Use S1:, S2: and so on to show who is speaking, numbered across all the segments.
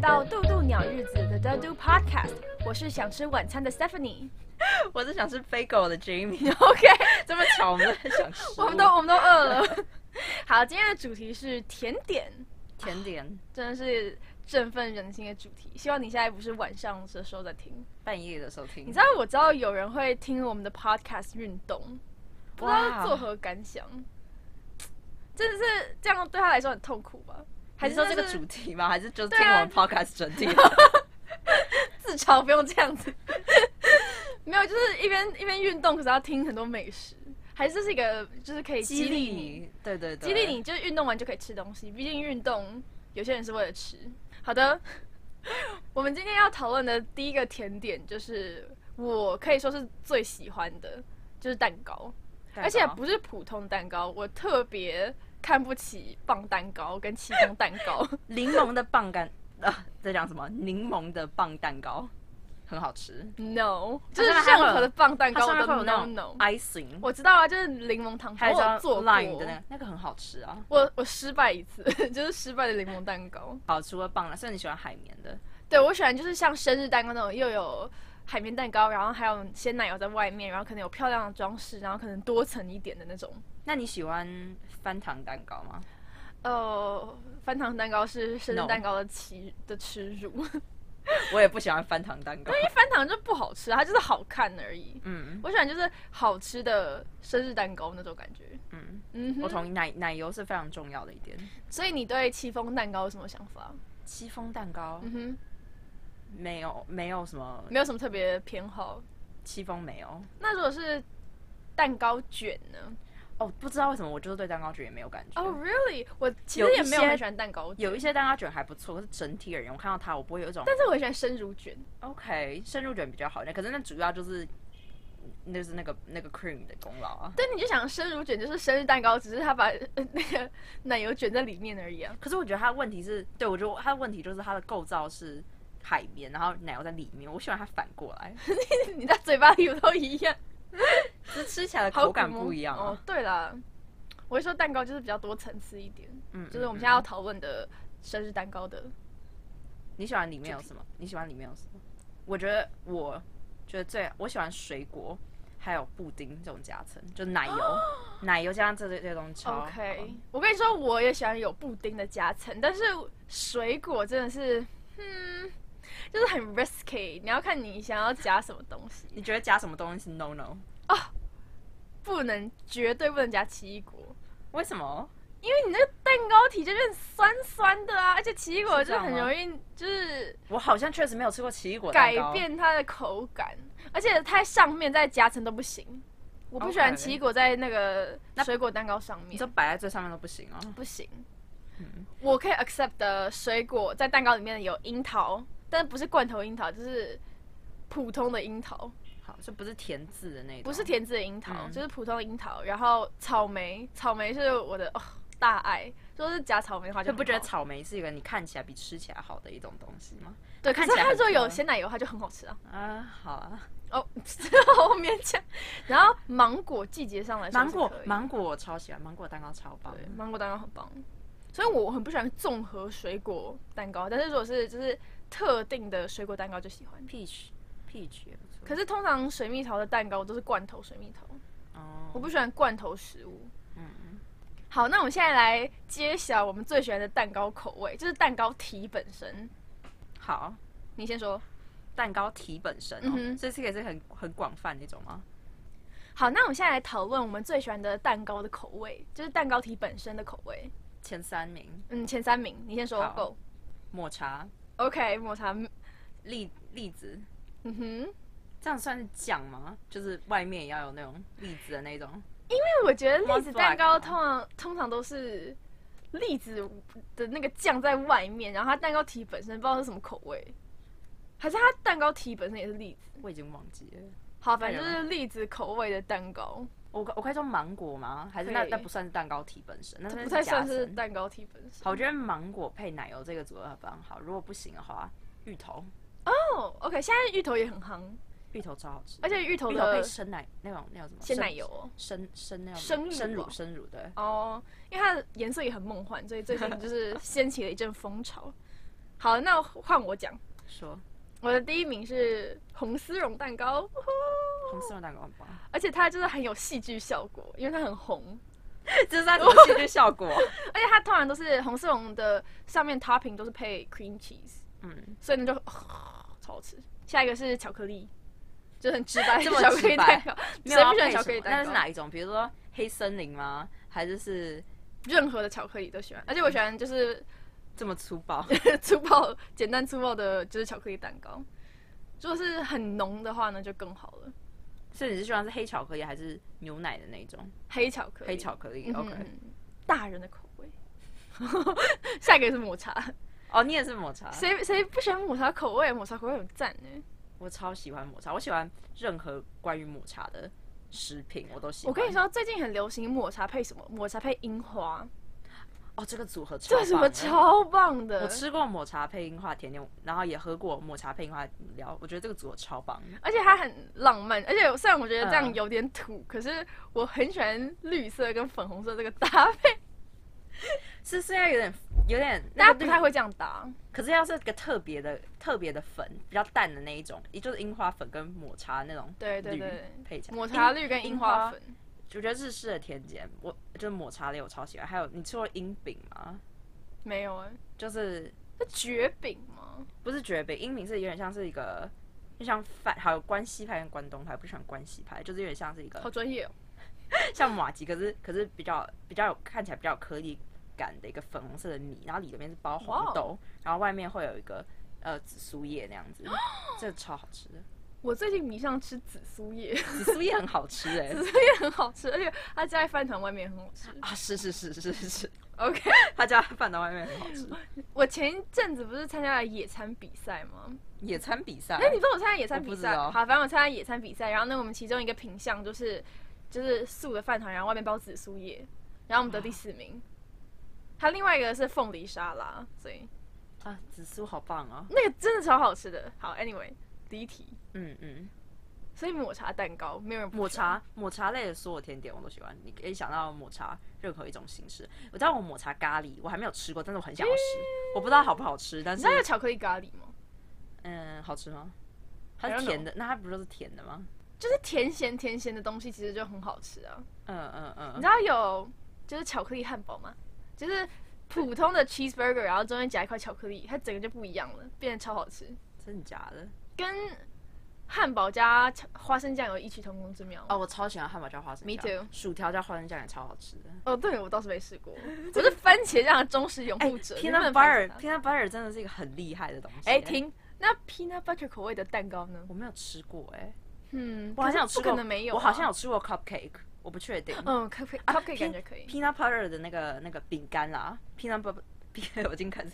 S1: 到《渡渡鸟日子》的 The Do Podcast，我是想吃晚餐的 Stephanie。
S2: 我是想吃飞狗的 Jamie，
S1: OK，
S2: 这么巧我们都很想吃
S1: 我们都我们都饿了。 好，今天的主题是甜点，
S2: 甜点，
S1: 真的是振奋人心的主题。希望你现在不是晚上的时候在听。
S2: 半夜的时候听，
S1: 你知道，我知道有人会听我们的 podcast 运动，不知道
S2: 哇
S1: 作何感想。哦真的是这样对他来说很痛苦吧？还
S2: 还
S1: 是
S2: 是说这个
S1: 就是
S2: 主题吗？还是就
S1: 对
S2: 听
S1: 啊
S2: 我们 podcast 整体？
S1: 自嘲不用这样子。 没有，就是一边一边运动，可是要听很多美食，还是这是一个就是可以 激励你，，
S2: 对对对，
S1: 激励你，就是运动完就可以吃东西。毕竟运动有些人是为了吃。好的，我们今天要讨论的第一个甜点就是我可以说是最喜欢的，就是蛋糕，
S2: 蛋糕，
S1: 而且不是普通蛋糕，我特别看不起棒蛋糕跟戚风蛋糕。
S2: 柠檬的棒干 啊，在讲什么？柠檬的棒蛋糕很好吃，
S1: no，就
S2: 它
S1: 是
S2: 上面还会有
S1: 任何的棒蛋
S2: 它
S1: 糕
S2: 上
S1: 我
S2: 面会有
S1: 都
S2: 那
S1: no
S2: 种
S1: no。
S2: icing，
S1: 我知道啊，就是柠檬糖，
S2: 还有
S1: 我有
S2: 一
S1: 做
S2: 张
S1: 过
S2: line 的那个，那个很好吃啊。
S1: 我我失败一次， 就是失败的柠檬蛋糕。
S2: 好，除了棒了，所以你喜欢海绵的，
S1: 对我喜欢就是像生日蛋糕那种，又有海绵蛋糕，然后还有鲜奶油在外面，然后可能有漂亮的装饰，然后可能多层一点的那种。
S2: 那你喜欢翻糖蛋 糕吗？
S1: 呃，翻糖蛋糕是生日
S2: No
S1: 蛋糕的耻的耻辱，
S2: 我也不喜欢翻糖蛋糕。
S1: 翻糖就不好吃，它就是好看而已。
S2: 嗯
S1: 我喜欢就是好吃的生日蛋糕那种感觉。
S2: 嗯，
S1: 嗯
S2: 我
S1: 哼，
S2: 同意奶奶油是非常重要的一点。
S1: 所以你对戚风蛋糕有什么想法？
S2: 戚风蛋糕、
S1: 嗯哼，
S2: 没有没有什么
S1: 没有什么特别的偏好。
S2: 戚风没有
S1: 那如果是蛋糕卷呢？
S2: 哦，不知道为什么我就是对蛋糕卷也没有感觉。
S1: 哦、r e a l l y 我其
S2: 有
S1: 实
S2: 一
S1: 也没有
S2: 些
S1: 很喜欢蛋糕卷，
S2: 有一些蛋糕卷还不错，可是整体而言，我看到它我不会有一种
S1: 但是我很喜欢生乳卷。
S2: OK 深入卷比较好一点，可是那主要就是那是那个那个 cream 的功劳啊。
S1: 但你就想生乳卷就是生日蛋糕，只是他把、呃 那个奶油卷在里面而已啊。
S2: 可是我觉得它的问题是，对我觉得它的问题就是它的构造是海绵，然后奶油在里面，我喜欢它反过来，
S1: 你在嘴巴里不都一样，
S2: 就是吃起来的
S1: 好
S2: 口感
S1: 苦哦
S2: 不一样、啊。
S1: 哦，对啦，我会说蛋糕就是比较多层次一点，
S2: 嗯，
S1: 就是我们
S2: 嗯
S1: 现在要讨论的生日蛋糕的。
S2: 你喜欢里面有什么？你喜欢里面有什么？我觉得我觉得最我喜欢水果，还有布丁这种夹层，就奶油，奶油加上这这这些东西超好
S1: 哦 OK，我跟你说，我也喜欢有布丁的夹层，但是水果真的是，嗯，就是很 risky，你要看你想要夹什么东西，
S2: 你觉得加什么东西是 no no？
S1: 不能绝对不能夹奇异果，
S2: 为什么？
S1: 因为你那个蛋糕体就是很酸酸的啊，而且奇异果就
S2: 是这样
S1: 很
S2: 吗
S1: 容易就是
S2: 我好像确实没有吃过奇异果蛋
S1: 改
S2: 糕
S1: 变它的口感，而且它在上面在夹层都不行，我不喜欢
S2: OK
S1: 奇异果在那个
S2: 那
S1: 水果蛋糕上
S2: 你
S1: 面
S2: 说，摆在最上面都不行哦。
S1: 不行。
S2: 嗯
S1: 我可以 accept 的水果在蛋糕里面有樱桃，但不是罐头樱桃，就是普通的樱桃，
S2: 好，就不是甜字的那种，
S1: 不是甜制的樱桃，
S2: 嗯
S1: 就是普通的樱桃。然后草莓，草莓是我的、哦、大爱，说是夹草莓的话就
S2: 就
S1: 很
S2: 不觉得
S1: 好
S2: 草莓是一个你看起来比吃起来好的一种东西吗？
S1: 对，
S2: 看
S1: 可是
S2: 起来
S1: 它
S2: 很
S1: 说有
S2: 多
S1: 鲜奶油，它就很好吃啊。
S2: 啊，好啊，
S1: 哦， 好勉强。然后芒果季节上来说是
S2: 芒果
S1: 可以，
S2: 芒果我超喜欢，芒果蛋糕超棒
S1: 对，芒果蛋糕很棒。所以我很不喜欢综合水果蛋糕，但是如果是就是特定的水果蛋糕就喜欢。
S2: ，peach peach 也不错。
S1: 可是通常水蜜桃的蛋糕都是罐头水蜜桃，
S2: 哦，
S1: 我不喜欢罐头食物。
S2: 嗯
S1: 好，那我们现在来揭晓我们最喜欢的蛋糕口味，就是蛋糕体本身。
S2: 好，
S1: 你先说。
S2: 蛋糕体本身、哦，
S1: 嗯哼
S2: 所以这个也是很很广泛那种吗？
S1: 好，那我们现在来讨论我们最喜欢的蛋糕的口味，就是蛋糕体本身的口味。
S2: 前三名，
S1: 嗯，前三名，你先说。
S2: 好
S1: Go。
S2: 抹茶、
S1: OK，抹茶。嗯
S2: 栗栗子，
S1: 哼，因
S2: 这样算是酱吗？就是外面也要有那种栗子的那种，
S1: 为我觉得栗子
S2: Mont Blanc
S1: 蛋糕
S2: 吗
S1: 通常通常都是栗子的那个酱在外面，然后它蛋糕体本身不知道是什么口味，还是它蛋糕体本身也是栗子。
S2: 我已经忘记了。
S1: 好，反正
S2: 太
S1: 就
S2: 有
S1: 是栗子口味的蛋糕，
S2: 我可我可以说芒果吗？还是
S1: 可以
S2: 那那不算是蛋糕体本身，那
S1: 它
S2: 那
S1: 不太算
S2: 夹
S1: 是
S2: 层
S1: 蛋糕体本身。
S2: 好，我觉得芒果配奶油这个组合非常好。如果不行的话，芋头，
S1: 哦、o k 现在芋头也很夯，
S2: 芋头超好吃，
S1: 而且芋头
S2: 嗯芋头配
S1: 的
S2: 生奶那种那种什么
S1: 鲜奶
S2: 生
S1: 油哦
S2: 生生那种
S1: 生乳
S2: 生
S1: 哦
S2: 乳生乳对。
S1: 哦因为它的颜色也很梦幻，所以最近就是掀起了一阵风潮。好，那换我讲，
S2: 说
S1: 我的第一名是红丝绒蛋糕，呼呼
S2: 红丝绒蛋糕很 棒，
S1: 而且它就是很有戏剧效果，因为它很红，
S2: 这是它什么戏剧效果？
S1: 而且它通常都是红丝绒的上面 topping 都是配 cream cheese，
S2: 嗯，
S1: 所以呢就、哦超好吃。下一个是巧克力，就很直白，
S2: 这么
S1: 哎巧克力
S2: 直白
S1: 蛋糕，
S2: 没有
S1: 谁
S2: 要
S1: 不喜欢
S2: 配
S1: 巧
S2: 什
S1: 克力
S2: 么
S1: 蛋糕？
S2: 那是哪一种？比如说黑森林吗？还是是
S1: 任何的巧克力都喜欢，而且我喜欢就是
S2: 这么粗暴？
S1: 粗暴、简单粗暴的，就是巧克力蛋糕。如果是很浓的话呢，就更好了。
S2: 所以你是喜欢是黑巧克力还是牛奶的那种？
S1: 黑巧克力，
S2: 黑巧克力、
S1: 嗯
S2: o k
S1: 大人的口味。 下一个是抹茶，
S2: 哦，你也是抹茶，
S1: 谁谁不喜欢抹茶口味？抹茶口味很赞呢。
S2: 我超喜欢抹茶，我喜欢任何关于抹茶的食品，我都喜欢。
S1: 我跟你，说，最近很流行抹茶配什么？抹茶配樱花，
S2: 哦，这个组合超
S1: 这个什么
S2: 棒的欸
S1: 超棒的
S2: 我。吃过抹茶配樱花甜点，然后也喝过抹茶配樱花饮料，我觉得这个组合超棒的。
S1: 而且它很浪漫，而且虽然我觉得这样
S2: 嗯
S1: 有点土，可是我很喜欢绿色跟粉红色这个搭配，
S2: 是现在有点有点，
S1: 大家
S2: 那
S1: 不
S2: 个
S1: 太
S2: 绿，
S1: 会这样搭。
S2: 可是要是个特别的特别的粉，比较淡的那一种，也就是樱花粉跟抹茶那种
S1: 对对
S2: 绿
S1: 对
S2: 配起来。
S1: 抹茶绿跟樱花粉，
S2: 我觉得日式的甜点，我就是抹茶类我超喜欢。还有你吃过樱饼吗？
S1: 没有哎、
S2: 就是
S1: 那绝饼吗？
S2: 不是绝饼，樱饼是有点像是一个，就像饭，还有关西派跟关东派，不喜欢关西派，就是有点像是一个
S1: 好专业哦。
S2: 像马吉，可是可是比较比较有看起来比较有颗粒感的一个粉红色的米，然后里面是包
S1: 哇哦
S2: 红豆，然后外面会有一个呃紫苏叶那样子，这个超好吃的。
S1: 我最近迷上吃紫苏 叶，
S2: 紫苏叶很好吃 哎、
S1: 紫苏叶很好吃，而且它加在饭团外面也很好吃。
S2: 啊是是是是是，
S1: OK，
S2: 他家饭到外面很好吃。
S1: 我前一阵子不是参加了野餐比赛吗？
S2: 野餐比赛
S1: 哎、，你知道我参加野餐比
S2: 我不知
S1: 赛？
S2: 道
S1: 好，反正我参加野餐比赛，然后呢，我们其中一个品相就是就是素的饭团，然后外面包紫苏叶，然后我们得第四名。还有另外一个是凤梨沙拉，所以
S2: 啊紫苏好棒哦，
S1: 那个真的超好吃的。好，Anyway，第一题，
S2: 嗯嗯，
S1: 所以抹茶蛋糕没有人不
S2: 抹
S1: 喜欢
S2: 茶抹茶类的所有甜点我都喜欢，你可以想到抹茶任何一种形式。我知道我抹茶咖喱我还没有吃过，但是我很想要吃，我不知道好不好吃，但
S1: 你
S2: 是
S1: 知道有巧克力咖喱吗？
S2: 嗯，好吃吗？它
S1: I don't
S2: 是
S1: know
S2: 甜的，那它不就是甜的吗？
S1: 就是甜咸甜咸的东西，其实就很好吃啊。
S2: 嗯嗯
S1: 你
S2: 嗯
S1: 知道有就是巧克力汉堡吗？就是普通的 cheeseburger，然后中间夹一块巧克力，它整个就不一样了，变得超好吃，
S2: 真的假的？
S1: 跟汉堡加巧花生酱有异曲同工之妙。
S2: 哦，我超喜欢汉堡加花生
S1: Me
S2: 酱
S1: too
S2: 薯条加花生酱也超好吃的。
S1: 哦，对，我倒是没试过， 哎我是番茄酱的忠实拥护者。
S2: peanut
S1: 你不能排
S2: butter
S1: 斥它
S2: peanut butter 真的是一个很厉害的东西。
S1: 哎，，停，那 peanut butter 口味的蛋糕呢？
S2: 我没有吃过哎、
S1: 嗯，
S2: 我好像有
S1: 可是
S2: 吃
S1: 不
S2: 过，
S1: 可能没有啊，
S2: 我好像有吃过 cupcake，我不确定。
S1: 嗯，可可 cupcake 感觉可以。
S2: peanut butter 的那个那个饼干啦，peanut butter，我已经开始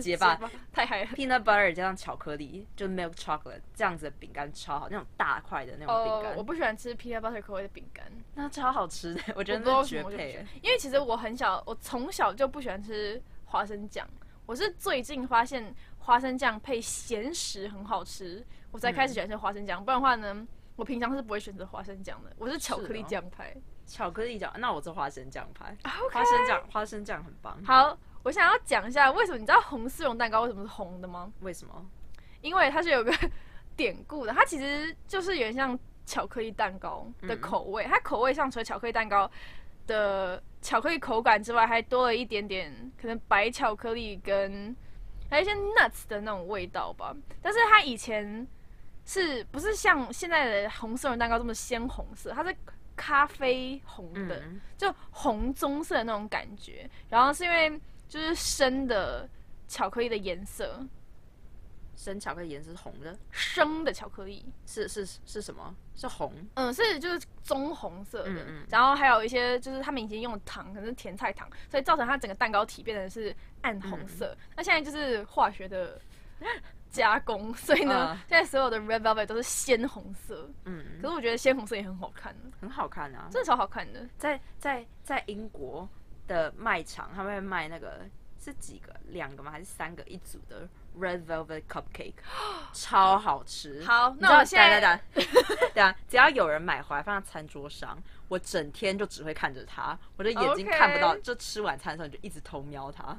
S2: 结巴。
S1: 太嗨了。
S2: peanut butter 加上巧克力，就 milk chocolate 这样子的饼干超好，那种大块的那种饼
S1: 哦
S2: 干，
S1: 我不喜欢吃 peanut butter 口味的饼干。
S2: 那超好吃的， 我觉
S1: 我不
S2: 得
S1: 知道
S2: 那
S1: 为
S2: 是
S1: 什
S2: 绝
S1: 么我就不
S2: 配
S1: 喜
S2: 欸
S1: 欢。因为其实我很小，我从小就不喜欢吃花生酱，我是最近发现花生酱配咸食很好吃，我才
S2: 嗯
S1: 开始喜欢吃花生酱。不然的话呢，我平常是不会选择花生酱的，我是巧克力
S2: 是哦
S1: 酱派。
S2: 巧克力酱，那我做花生酱派。花生酱，花生酱很棒。
S1: 啊好，我想要讲一下为什么你知道红丝绒蛋糕为什么是红的吗？
S2: 为什么？
S1: 因为它是有个 典故的，它其实就是有点像巧克力蛋糕的口味，它口味上除了巧克力蛋糕的巧克力口感之外，还多了一点点可能白巧克力跟还有一些 nuts 的那种味道吧。但是它以前是不是像现在的红色绒蛋糕这么鲜红色？它是咖啡红的，
S2: 嗯，
S1: 就红棕色的那种感觉。然后是因为就是生的巧克力的颜色，
S2: 生巧克力颜色是红的，
S1: 生的巧克力，
S2: 是是是什么？是红。
S1: 嗯，是就是棕红色的，
S2: 嗯嗯
S1: 然后还有一些就是他们以前用的糖，可能是甜菜糖，所以造成它整个蛋糕体变成是暗红色。
S2: 嗯
S1: 那现在就是化学的加工，所以呢，
S2: 嗯
S1: 现在所有的 red velvet 都是鲜红色。
S2: 嗯，
S1: 可是我觉得鲜红色也很好看，
S2: 很好看啊。
S1: 真的超好看的。
S2: 在在在英国的卖场，他们会卖那个是几个？两个吗？还是三个一组的 red velvet cupcake，超好吃。
S1: 好
S2: 你知
S1: 那
S2: 道
S1: 我现在
S2: 等一下 等一下等一下，只要有人买回来放在餐桌上，我整天就只会看着它，我的眼睛
S1: OK
S2: 看不到就吃晚餐的时候你就一直偷瞄它。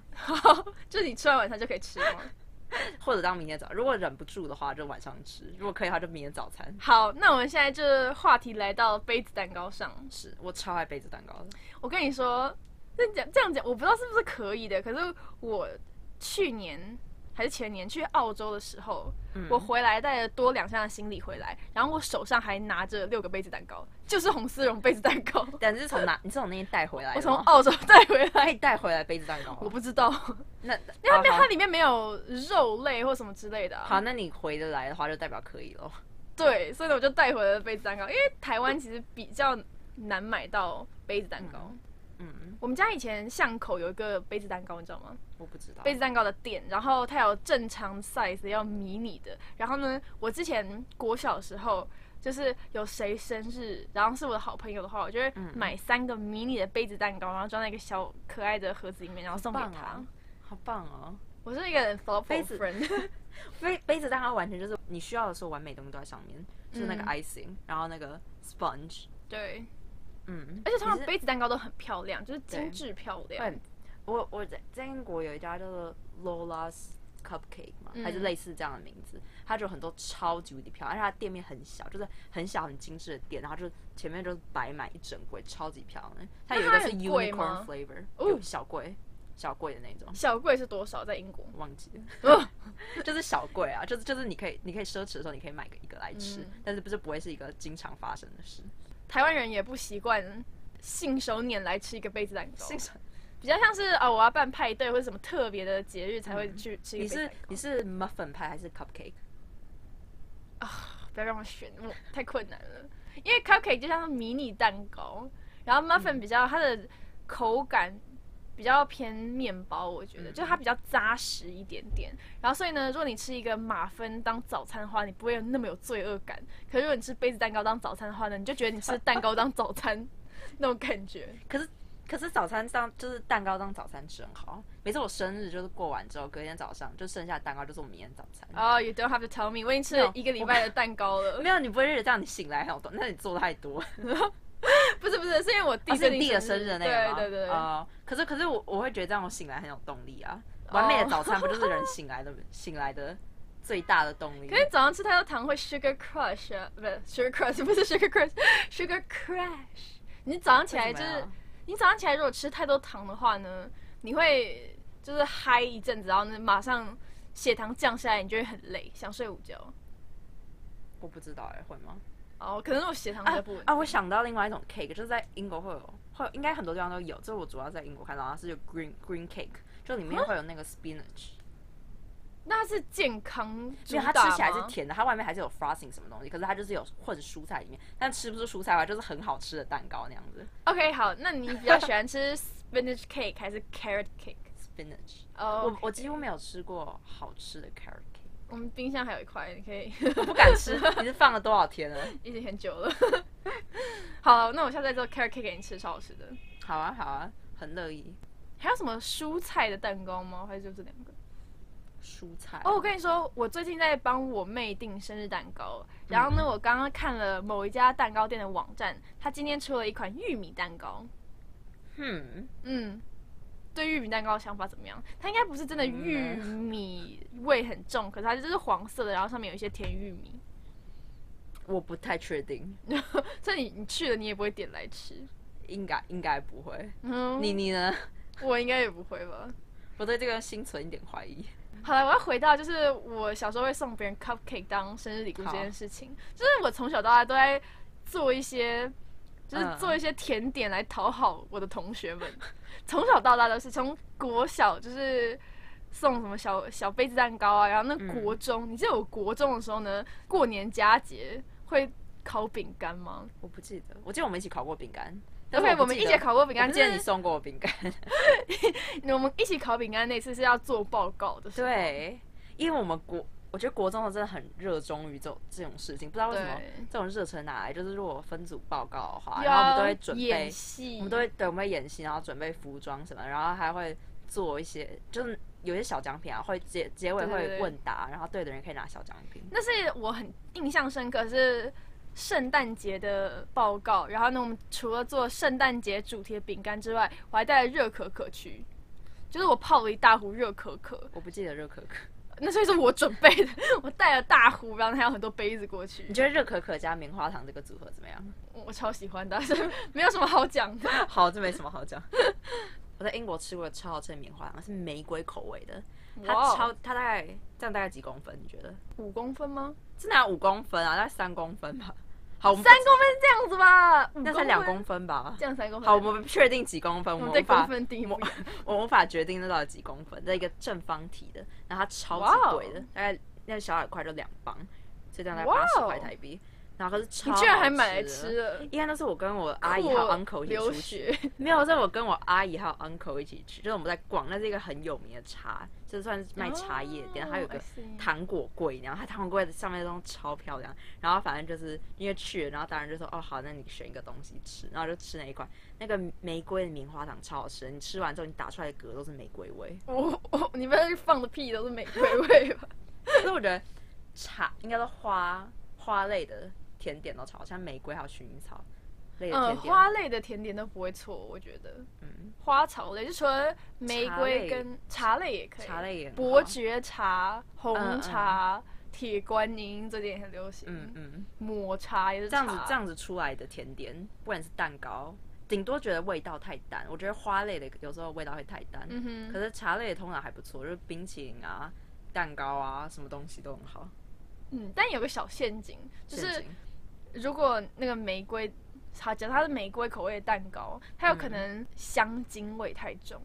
S1: 就是你吃完晚餐就可以吃吗？
S2: 或者当明天早，如果忍不住的话就晚上吃，如果可以的话就明天早餐。
S1: 好，那我们现在这话题来到杯子蛋糕上。
S2: 是我超爱杯子蛋糕的，
S1: 我跟你说，那讲这样讲，我不知道是不是可以的。可是我去年还是前年去澳洲的时候，我回来带了多两箱的行李回来，然后我手上还拿着六个杯子蛋糕，就是红丝绒杯子蛋糕，
S2: 但是从哪？你是从那边带回来的
S1: 我从
S2: 吗？
S1: 澳洲带回来。
S2: 可以带回来杯子蛋糕吗。
S1: 我不知 道，
S2: 那
S1: 因为它没有
S2: 好
S1: 它里面没有肉类或什么之类的、啊。
S2: 好，那你回得来的话就代表可以了。
S1: 对，所以呢我就带回了杯子蛋糕，因为台湾其实比较难买到杯子蛋糕。
S2: 嗯，
S1: 我们家以前巷口有一个杯子蛋糕，你知道吗？
S2: 我不知道。
S1: 杯子蛋糕的店，然后它有正常 size 的，也有迷你的。然后呢，我之前国小的时候，就是有谁生日，然后是我的好朋友的话，我就会
S2: 嗯
S1: 买三个迷你的杯子蛋糕，然后装在一个小可爱的盒子里面，然后送给
S2: 棒
S1: 他。
S2: 啊，好棒哦！
S1: 我是一个很 f l o p
S2: 杯
S1: f
S2: 子
S1: friend，
S2: 杯杯子蛋糕完全就是你需要的所有完美东西都在上面，就是那个
S1: 嗯
S2: icing，、然后那个 sponge，
S1: 对，
S2: 嗯，
S1: 而且通
S2: 你
S1: 常
S2: 是
S1: 杯子蛋糕都很漂亮，就是
S2: 对
S1: 精致漂亮。
S2: 嗯，我我在在英国有一家叫做 Lola's Cupcake 嘛，还是
S1: 嗯
S2: 类似这样的名字，它就有很多超级无敌漂亮，而且它店面很小，就是很小很精致的店，然后就前面就是摆满一整柜，超级漂亮。它有一
S1: 它
S2: 个是
S1: 很贵
S2: unicorn
S1: 吗
S2: flavor，
S1: 哦
S2: 有小柜小柜的那种，
S1: 小贵是多少？在英国？
S2: 忘记了，
S1: 哦
S2: 就是小柜啊，就是就是你可以你可以奢侈的时候，你可以买个一个来吃，
S1: 嗯
S2: 但是不是不会是一个经常发生的事。
S1: 台湾人也不习惯信手拈来吃一个杯子蛋糕，
S2: 欣赏
S1: 比较像是啊、我要办派对或者什么特别的节日才会去吃一
S2: 嗯
S1: 个杯
S2: 你
S1: 子
S2: 是
S1: 蛋糕。
S2: 你是 muffin 派还是 cupcake？
S1: 不要让我选，我太困难了。因为 cupcake 就像是迷你蛋糕，然后 muffin 比较它的口感比较偏面包，我觉得、
S2: 嗯
S1: 就它比较扎实一点点。然后所以呢，如果你吃一个马芬当早餐的话，你不会有那么有罪恶感。可是如果你吃杯子蛋糕当早餐的话呢，你就觉得你吃蛋糕当早餐那种感觉。
S2: 可是早餐当就是蛋糕当早餐吃很好。啊每次我生日就是过完之后，隔天早上就剩下蛋糕，就是我明天早餐。
S1: 哦、y o u don't have to tell me，我已经吃 了一个礼拜的蛋糕了。
S2: 没有，你不会觉得这样你醒来很有动，那你做太 多。啊
S1: 不是不是，是因为我弟
S2: 哦是
S1: 最
S2: 你
S1: 近
S2: 弟的生日的那个吗？
S1: 对对对，
S2: 哦可是可是我我会觉得这样我醒来很有动力啊。
S1: 哦
S2: 完美的早餐不就是人醒来的醒来的最大的动力
S1: 可？是早上吃太多糖会 sugar crush 啊，不是 sugar crush，不是 sugar crush，sugar crash。你早上起来就是
S2: 为什么呀
S1: 你早上起来如果吃太多糖的话呢，你会就是嗨一阵子，然后呢马上血糖降下来，你就会很累，想睡午觉。
S2: 我不知道哎、会吗？
S1: 哦，可能我血糖比
S2: 啊
S1: 较不稳。
S2: 啊！我想到另外一种 cake，就是在英国会有，会有应该很多地方都有。这我主要在英国看到，它是有 green green cake，就里面会有那个 spinach。
S1: 那是健康主
S2: 因为它
S1: 打
S2: 吃起来是
S1: 吗
S2: 甜的，它外面还是有 frosting 什么东西，可是它就是有混蔬菜里面，但吃不出蔬菜的话，就是很好吃的蛋糕那样子。
S1: OK，好，那你比较喜欢吃 spinach cake 还是 carrot cake？
S2: spinach，、
S1: 哦、
S2: 我我几乎没有吃过好吃的 carrot cake，
S1: 我们冰箱还有一块，你可以
S2: 我不敢 吃。你是放了多少天了？
S1: 已经很久了。 好，那我下次再做 carrot cake 给你吃，超好吃的。
S2: 好啊好啊，很乐意。
S1: 还有什么蔬菜的蛋糕吗？还是就这两个？
S2: 蔬菜
S1: 哦，我跟你说，我最近在帮我妹订生日蛋糕，然后呢，我刚刚看了某一家蛋糕店的网站，它今天出了一款玉米蛋糕。
S2: 嗯，
S1: 嗯，对玉米蛋糕的想法怎么样？它应该不是真的玉米味很重，可是它就是黄色的，然后上面有一些甜玉米，
S2: 我不太确定，
S1: 所以你你去了你也不会点来吃。
S2: 应该应该不会。
S1: 嗯，
S2: 你你呢？
S1: 我应该也不会吧？
S2: 我对这个心存一点怀疑。
S1: 好了，我要回到就是我小时候会送别人 cupcake 当生日礼物这
S2: 好
S1: 件事情，就是我从小到大都在做一些，就是
S2: 嗯
S1: 做一些甜点来讨好我的同学们。 从小到大都是从国小就是送什么小小杯子蛋糕啊，然后
S2: 嗯
S1: 那国中，你记得我国中的时候呢，过年佳节会烤饼干吗
S2: 我不记得，我记得我们一起烤过饼干。但是
S1: ？OK，
S2: 不
S1: 我们
S2: 记
S1: 一起
S2: 得
S1: 烤过饼
S2: 哦我
S1: 干，
S2: 不记得
S1: 就是
S2: 你送过我饼干。
S1: 我们一起烤饼干那次是要做报告的，，
S2: 对，因为我们国，我觉得国中的真的很热衷于这种这种事情，不知道为什么
S1: 对
S2: 这种热忱哪来，就是如果分组报告的话，
S1: 要
S2: 然后我们都会准
S1: 演
S2: 备，
S1: 戏，
S2: 我们都会对，我们会演习，然后准备服装什么，然后还会做一些，就是有些小奖品啊，会结结尾
S1: 对对
S2: 会
S1: 对
S2: 问答，然后对的人可以拿小奖品。
S1: 那是我很印象深刻，是圣诞节的报告。然后呢，我们除了做圣诞节主题的饼干之外，我还带了热可可去，就是我泡了一大壶热可可。
S2: 我不记得热可可，
S1: 那所以是我准备的， 我带了大壶，然后还有很多杯子过去
S2: 你。觉得热可可加棉花糖这个组合怎么样？
S1: 我我超喜欢 的，所以没有什么好讲的。
S2: 好，这没什么好讲。我在英国吃过超好吃的棉花糖，是玫瑰口味的，它
S1: 哇哦
S2: 超它大概这样大概几公分？你觉得？
S1: 五公分吗？
S2: 真的要五公分啊？大概三公分吧。好，我们
S1: 三公分是这样子吧？五
S2: 那才两公，分啊吧。
S1: 这样三公分。
S2: 好，我们不确定几公分，
S1: 我
S2: 我
S1: 们
S2: 们
S1: 对
S2: 无
S1: 公
S2: 法
S1: 分定义不一样。
S2: 我无法决定那到底几公分，在一个正方体的，然后它超
S1: 哇
S2: 级
S1: 哦
S2: 贵的，大概那个小矮块就两磅，所以这样大概
S1: 哇
S2: 八
S1: 哦
S2: 十块台币。然后可是超
S1: 你居然还
S2: 好
S1: 买来
S2: 的哦
S1: 吃？了？
S2: 应该都是我跟我阿姨还有 uncle 一起
S1: 留
S2: 出去，
S1: 学，
S2: 没有，是我跟我阿姨还有 uncle 一起去，就是我们在逛，那是一个很有名的茶，就算是卖 茶叶店，它有个
S1: 哦 I see
S2: 糖果柜，然后它糖果柜上面的东西超漂亮，然后反正就是因为去了，然后当然就说哦好，那你选一个东西吃，然后就吃那一款，那个玫瑰的棉花糖超好吃的，你吃完之后你打出来的嗝都是玫瑰味，
S1: 我我你们放的屁都是玫瑰味吧？
S2: 所以我觉得茶应该是花花类的甜点都超好，像玫瑰还有薰衣草类的
S1: 嗯，
S2: 甜点，
S1: 花类的甜点都不会错，我觉得。
S2: 嗯
S1: 花草类就除了玫瑰
S2: 茶类
S1: 跟茶类也可以，
S2: 茶类也很好啊
S1: 伯爵茶、红
S2: 嗯
S1: 茶、铁观音这点也很流行，
S2: 嗯嗯，
S1: 抹茶也是
S2: 这样子
S1: 茶
S2: 这样子出来的甜点，不管是蛋糕，顶多觉得味道太淡，我觉得花类的有时候味道会太淡，
S1: 嗯哼，
S2: 可是茶类通常还不错，就是冰淇淋啊、蛋糕啊，什么东西都很好。
S1: 嗯，但有个小陷阱，就
S2: 陷
S1: 是
S2: 阱
S1: 如果那个玫瑰，好，假如它是玫瑰口味的蛋糕，它
S2: 嗯
S1: 有可能香精味太重，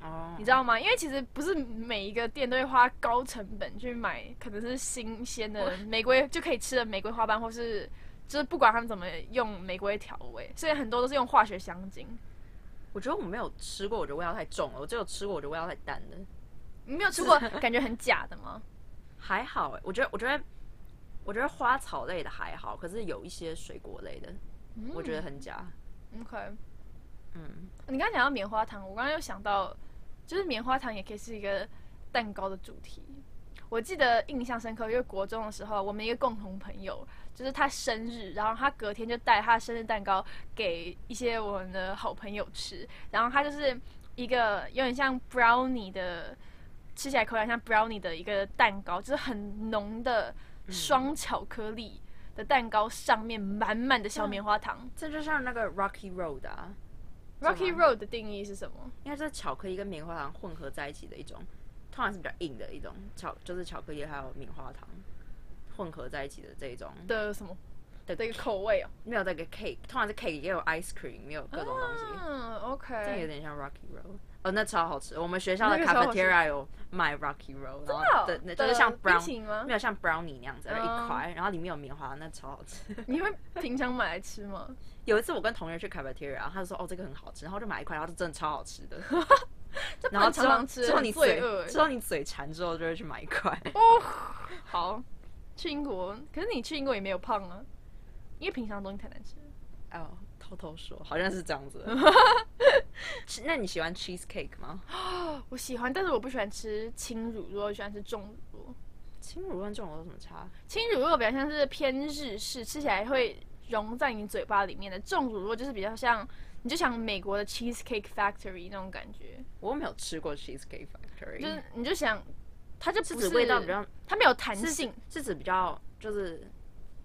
S2: 哦，
S1: 你知道吗？因为其实不是每一个店都会花高成本去买，可能是新鲜的玫瑰就可以吃的玫瑰花瓣，或是就是不管他们怎么用玫瑰调味，所以很多都是用化学香精。
S2: 我觉得我没有吃过，我觉得味道太重了。我只有吃过，我觉得味道太淡了，
S1: 你没有吃过，感觉很假的吗？
S2: 还好哎、我觉得，我觉得，我觉得花草类的还好，可是有一些水果类的，
S1: 嗯
S2: 我觉得很假。
S1: OK，
S2: 嗯，
S1: 你刚刚讲到棉花糖，我刚刚又想到，就是棉花糖也可以是一个蛋糕的主题。我记得印象深刻，因为国中的时候，我们一个共同朋友，就是他生日，然后他隔天就带他的生日蛋糕给一些我们的好朋友吃，然后他就是一个有点像 brownie 的，吃起来口感像 brownie 的一个蛋糕，就是很浓的双巧克力的蛋糕，上面满满的小棉花糖。
S2: 这就像那个 Rocky Road 啊，
S1: Rocky
S2: 吗
S1: Road 的定义是什么？
S2: 应该就是巧克力跟棉花糖混合在一起的一种，通常是比较硬的一种巧，就是巧克力还有棉花糖混合在一起的这一种
S1: 的什么
S2: 的
S1: 的一个口味哦。
S2: 没有那个 cake，通常是 cake 也有 ice cream，也有各种东西，
S1: 嗯
S2: 这样有
S1: ，OK，
S2: 点像 Rocky Roll。哦，那超好吃！我们学校的
S1: 那个超好吃
S2: cafeteria 有卖 Rocky Roll，然
S1: 哦
S2: 后对，那就是像
S1: 的冰淇
S2: brown，
S1: 淋吗
S2: 没？有像 brownie 那样子，
S1: 嗯
S2: 一块，然后里面有棉花，那超好吃。
S1: 你会平常买来吃吗？
S2: 有一次我跟同学去 cafeteria，然后他就说哦这个很好吃，然后就买一块，然后就真的超 好吃的。
S1: 这不
S2: 然后
S1: 能
S2: 之
S1: 常
S2: 后
S1: 常吃，
S2: 之后
S1: 很
S2: 你
S1: 罪
S2: 嘴
S1: 恶欸
S2: 之后你嘴馋之后就会去买一块。
S1: 哦。好，去英国，可是你去英国也没有胖啊，因为平常东西太难吃了。
S2: 哦，偷偷说，好像是这样 子。吃那你喜欢 cheesecake 吗？
S1: 我喜欢，但是我不喜欢吃轻乳酪，我喜欢吃重乳酪。
S2: 轻乳跟重乳有什么差？
S1: 轻乳酪比较像是偏日式，吃起来会融在你嘴巴里面的；重乳酪就是比较像，你就想美国的 Cheesecake Factory 那种感觉，
S2: 我又没有吃过 cheesecake factory，
S1: 就是你就想，它就不
S2: 是
S1: 是
S2: 指味道比较
S1: 它没有弹
S2: 是
S1: 性，
S2: 是指比较就是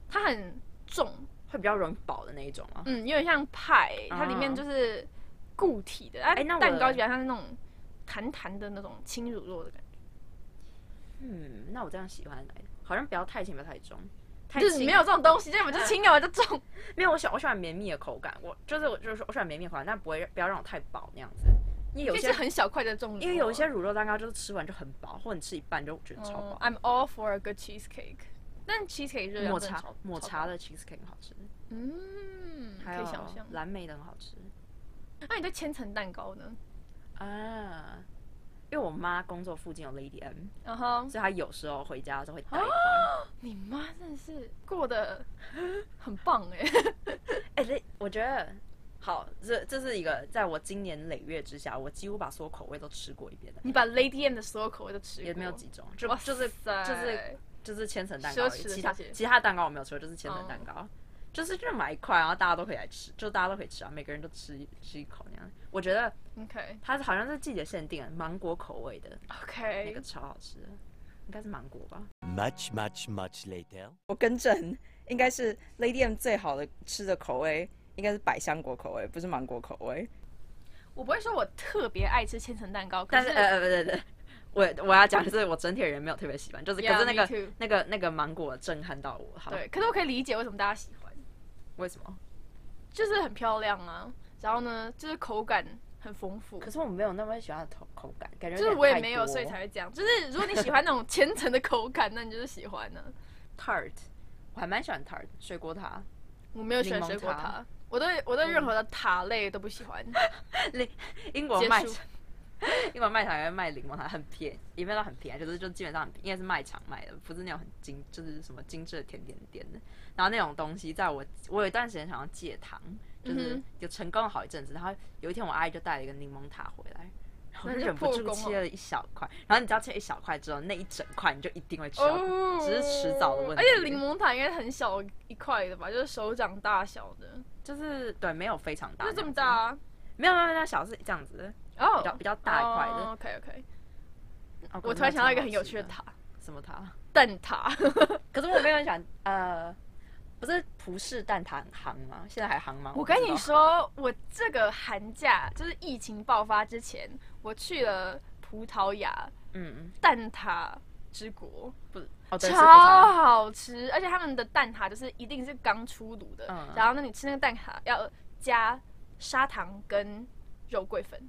S1: 它很重，
S2: 会比较容易饱的那一种吗？
S1: 嗯，有点像派，它里面
S2: 啊
S1: 就是固体的，哎、
S2: 哎那我
S1: 蛋糕比较像那种弹弹的那种轻乳酪的感
S2: 嗯，那我这样喜欢哪一种？好像不要太轻，不要太重，太
S1: 觉，就是
S2: 轻
S1: 没有这种东西，要么就轻，要么就重。
S2: 没有。我喜我喜欢绵密的口感，我就是我就是说我喜欢绵密的口感，但不会不要让我太饱那样子。因为 有
S1: 就
S2: 些
S1: 是很小块的重乳酪，啊
S2: 因为有一些乳酪蛋糕就是吃完就很饱，或者你吃一半就觉得超
S1: 嗯
S2: 饱。
S1: ，I'm all for a good cheesecake，但 cheesecake 热量
S2: 抹
S1: 真的
S2: 茶
S1: 超
S2: 抹，
S1: 超
S2: 茶
S1: 高
S2: 的 cheesecake 很好吃，
S1: 嗯，可
S2: 还有
S1: 以想象。
S2: 蓝莓的很好吃。
S1: 那你对千层蛋糕呢？
S2: 啊，因为我妈工作附近有 Lady M，
S1: 然后
S2: 所以她有时候回家的时候会
S1: 啊
S2: 带一块。
S1: 你妈真的是过得 很棒哎、
S2: 哎、这我觉得好，这这是一个在我经年累月之下，我几乎把所有口味都吃过一遍 的，
S1: 你把 Lady M 的所有口味都吃过，
S2: 也没有几种，就
S1: 嗯哇
S2: 就是
S1: 塞
S2: 就是就是千层蛋糕而
S1: 奢
S2: 已，
S1: 侈的哦
S2: 其他
S1: 世界
S2: 其他蛋糕我没有吃过，就是千层蛋糕。就是就买一块，然后大家都可以来吃，就大家都可以吃啊，每个人都吃一吃一口那样。我觉得
S1: OK
S2: 啊
S1: 哎
S2: 它好像是季节限定的，芒果口味的
S1: OK，
S2: 那个超好吃的。应该是芒果吧？
S3: Much, much, much later.
S4: 我更正，应该是 Lady M 最好的吃的口味应该是百香果口味，不是芒果口味。
S1: 我不会说我特别爱吃千层蛋糕，可
S2: 但是
S1: 是
S2: 呃呃不对对，我我要讲的是我整体人没有特别喜欢，就是
S1: Yeah,
S2: 可是那
S1: me
S2: 个
S1: too.
S2: 那个那个芒果震撼到我，好
S1: 对，可是我可以理解为什么大家喜欢，
S2: 为什么？
S1: 就是很漂亮啊，然后呢，就是口感很丰富。
S2: 可是我没有那么喜欢它的口口感，感觉
S1: 就是
S2: 点
S1: 我也
S2: 太
S1: 没有，
S2: 多
S1: 所以才会这样。就是如果你喜欢那种千层的口感，那你就是喜欢啊呢、
S2: tart，我还蛮喜欢 tart 水果塔，
S1: 我没有喜欢
S2: 柠檬
S1: 水果
S2: 塔
S1: 塔，我对我对任何的塔类都不喜欢。
S2: 英国
S1: 结
S2: 嗯卖
S1: 束
S2: 场，英国卖场还会卖柠檬塔，很便宜，也没有到很便宜，就是就基本上很便宜应该是卖场卖的，不是那种很精，就是什么精致的甜点店的。然后那种东西，在我我有一段时间想要戒糖，就是
S1: 嗯哼
S2: 有成功了好一阵子，然后有一天我阿姨就带了一个柠檬塔回来。然后
S1: 那
S2: 我就
S1: 就
S2: 忍不
S1: 破
S2: 住
S1: 功
S2: 切
S1: 了
S2: 了一小块，然后你知道切一小块之后，那一整块你就一定会吃到它，
S1: 哦，
S2: 只是迟早的问
S1: 而
S2: 题。
S1: 且柠檬塔应该很小一块的吧，就是手掌大小的，
S2: 就是对，没有非常大，
S1: 就这么大、，啊。
S2: 没有没有没有小是这样子的，
S1: 哦，
S2: 比较比较大一块的
S1: OK OK，
S2: 哦
S1: 哦我突然想到一个很有趣的，
S2: 可是
S1: 塔，
S2: 那真的好吃什么塔？
S1: 蛋 挞。
S2: 可是我没有很喜欢，呃，不是葡式蛋挞很行吗？现在还行吗？
S1: 我
S2: 不知
S1: 跟
S2: 道
S1: 你，说，我这个寒假就是疫情爆发之前，我去了葡萄牙
S2: 嗯，嗯
S1: 蛋挞之国。
S2: 不，哦，对，是葡
S1: 超
S2: 萄牙
S1: 好吃，而且他们的蛋挞就是一定是刚出炉的，
S2: 嗯
S1: 然后呢，你吃那个蛋挞要加砂糖跟肉桂 粉，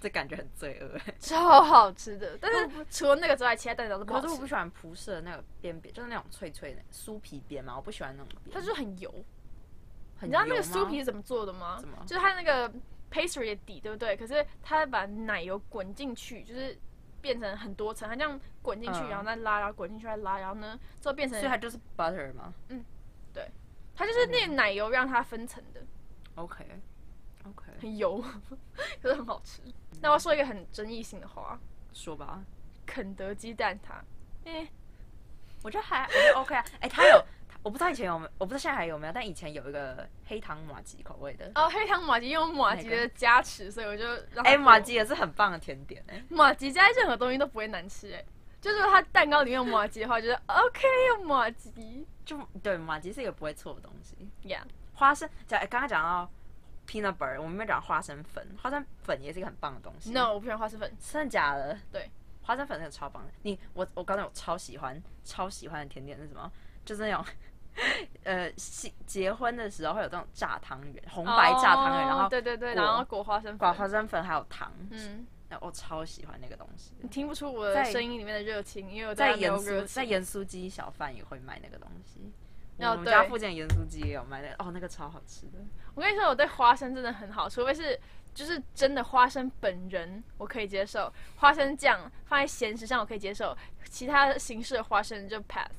S2: 这感觉很罪恶。
S1: 超好吃的。但是除了那个之外，其他蛋挞都不
S2: 可
S1: 好
S2: 是
S1: 吃，
S2: 我不喜欢葡式的那个边边，就是那种脆脆的酥皮边嘛，我不喜欢那种边。
S1: 它就是很油。
S2: 很
S1: 你知道那
S2: 油
S1: 个
S2: 吗
S1: 酥皮是怎么做的吗？
S2: 怎么
S1: 就是它那个 pastry 的底，对不对？可是它把奶油滚进去，就是变成很多层，它这样滚进去，
S2: 嗯
S1: 然后再拉，然后滚进去，再拉，然后呢，最后变成
S2: 所以它就是 butter 吗
S1: 它就是那个奶油让它分层的。
S2: ？OK OK，
S1: 很油，可是很好吃。那我要说一个很争议性的话，
S2: 说吧。
S1: 肯德基蛋挞，哎、
S2: 我觉得还我觉得 OK 啊。哎、它有，它我不知道以前有没有，我不知道现在还有没有，但以前有一个黑糖玛吉口味的。
S1: 哦，黑糖玛吉因为有马吉的加持，所以我就让它
S2: 哎、
S1: 给我
S2: 玛吉也是很棒的甜点哎、
S1: 马吉加在任何东西都不会难吃、哎，就是它蛋糕里面有马吉的话，就是 OK 有马吉
S2: 就对玛吉是一个不会错的东西。
S1: 呀。
S2: 花生，讲哎刚刚讲到 peanut butter，我们没有讲花生粉，花生粉也是一个很棒的东西。
S1: No，我不喜欢花生粉，
S2: 真的假的？
S1: 对，
S2: 花生粉那个超棒的。你我我刚才我超喜欢超喜欢的甜点是什么？就是那种 呃新结婚的时候会有这种炸汤圆，红白炸汤圆，
S1: 哦
S2: 然后
S1: 对对对，
S2: 裹
S1: 然后裹花生
S2: 挂
S1: 粉，
S2: 花生粉还有糖，
S1: 嗯，
S2: 那我超喜欢那个东西。
S1: 你听不出我的
S2: 在
S1: 声音里面的热情，因为我
S2: 在
S1: 盐
S2: 盐酥在
S1: 在
S2: 盐酥鸡小贩也会卖那个东
S1: 哦
S2: 西。我们家
S1: 对
S2: 附近的盐酥鸡也有卖那个，哦，那个超好吃的。
S1: 我跟你说，我对花生真的很好，除非是就是真的花生本人，我可以接受；花生酱放在咸食上我可以接受，其他形式的花生就 pass。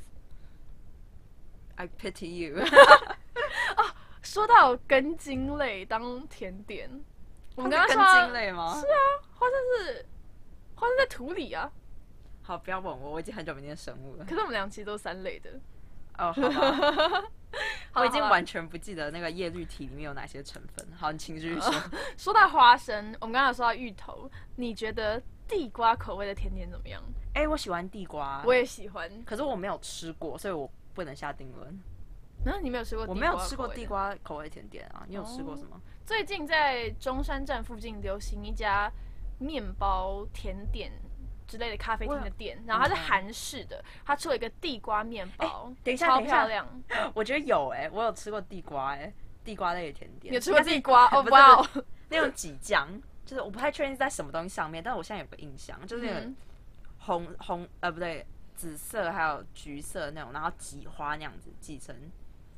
S2: I pity you
S1: 说到根茎类当甜点，我们 刚刚
S2: 它是
S1: 说到
S2: 根茎类吗？是
S1: 花生是花生在土里啊，
S2: 好，不要问我，我已经很久没念生物了
S1: 可。是我们两期都三类的，
S2: 哦， 好吧，
S1: 好
S2: 我
S1: 啦
S2: 已经
S1: 好啦
S2: 完全不记得那个叶绿体里面有哪些成分。好，你请继续说。
S1: 说到花生，我们刚刚有说到芋头，你觉得地瓜口味的甜点怎么样？
S2: 哎、我喜欢地瓜，
S1: 我也喜欢。
S2: 可是我没有吃过，所以我不能下定论。
S1: 然后你没有吃过？
S2: 我没有吃过地。瓜口味甜点啊，你有吃
S1: 哦
S2: 过什么？
S1: 最近在中山站附近流行一家面包甜点之类的咖啡厅的店，然后它是韩式的，它出了一个地瓜面包，
S2: 等一下
S1: 超
S2: 等一下
S1: 漂亮。
S2: 我觉得有哎、我有吃过地瓜哎、地瓜类的甜点。
S1: 你有吃过地瓜？哦
S2: 不是
S1: 哇哦，
S2: 那种几酱，就是我不太确定是在什么东西上面，但我现在有个印象，就是那个
S1: 嗯
S2: 红、红呃不对，紫色还有橘色那种，然后挤花那样子挤成，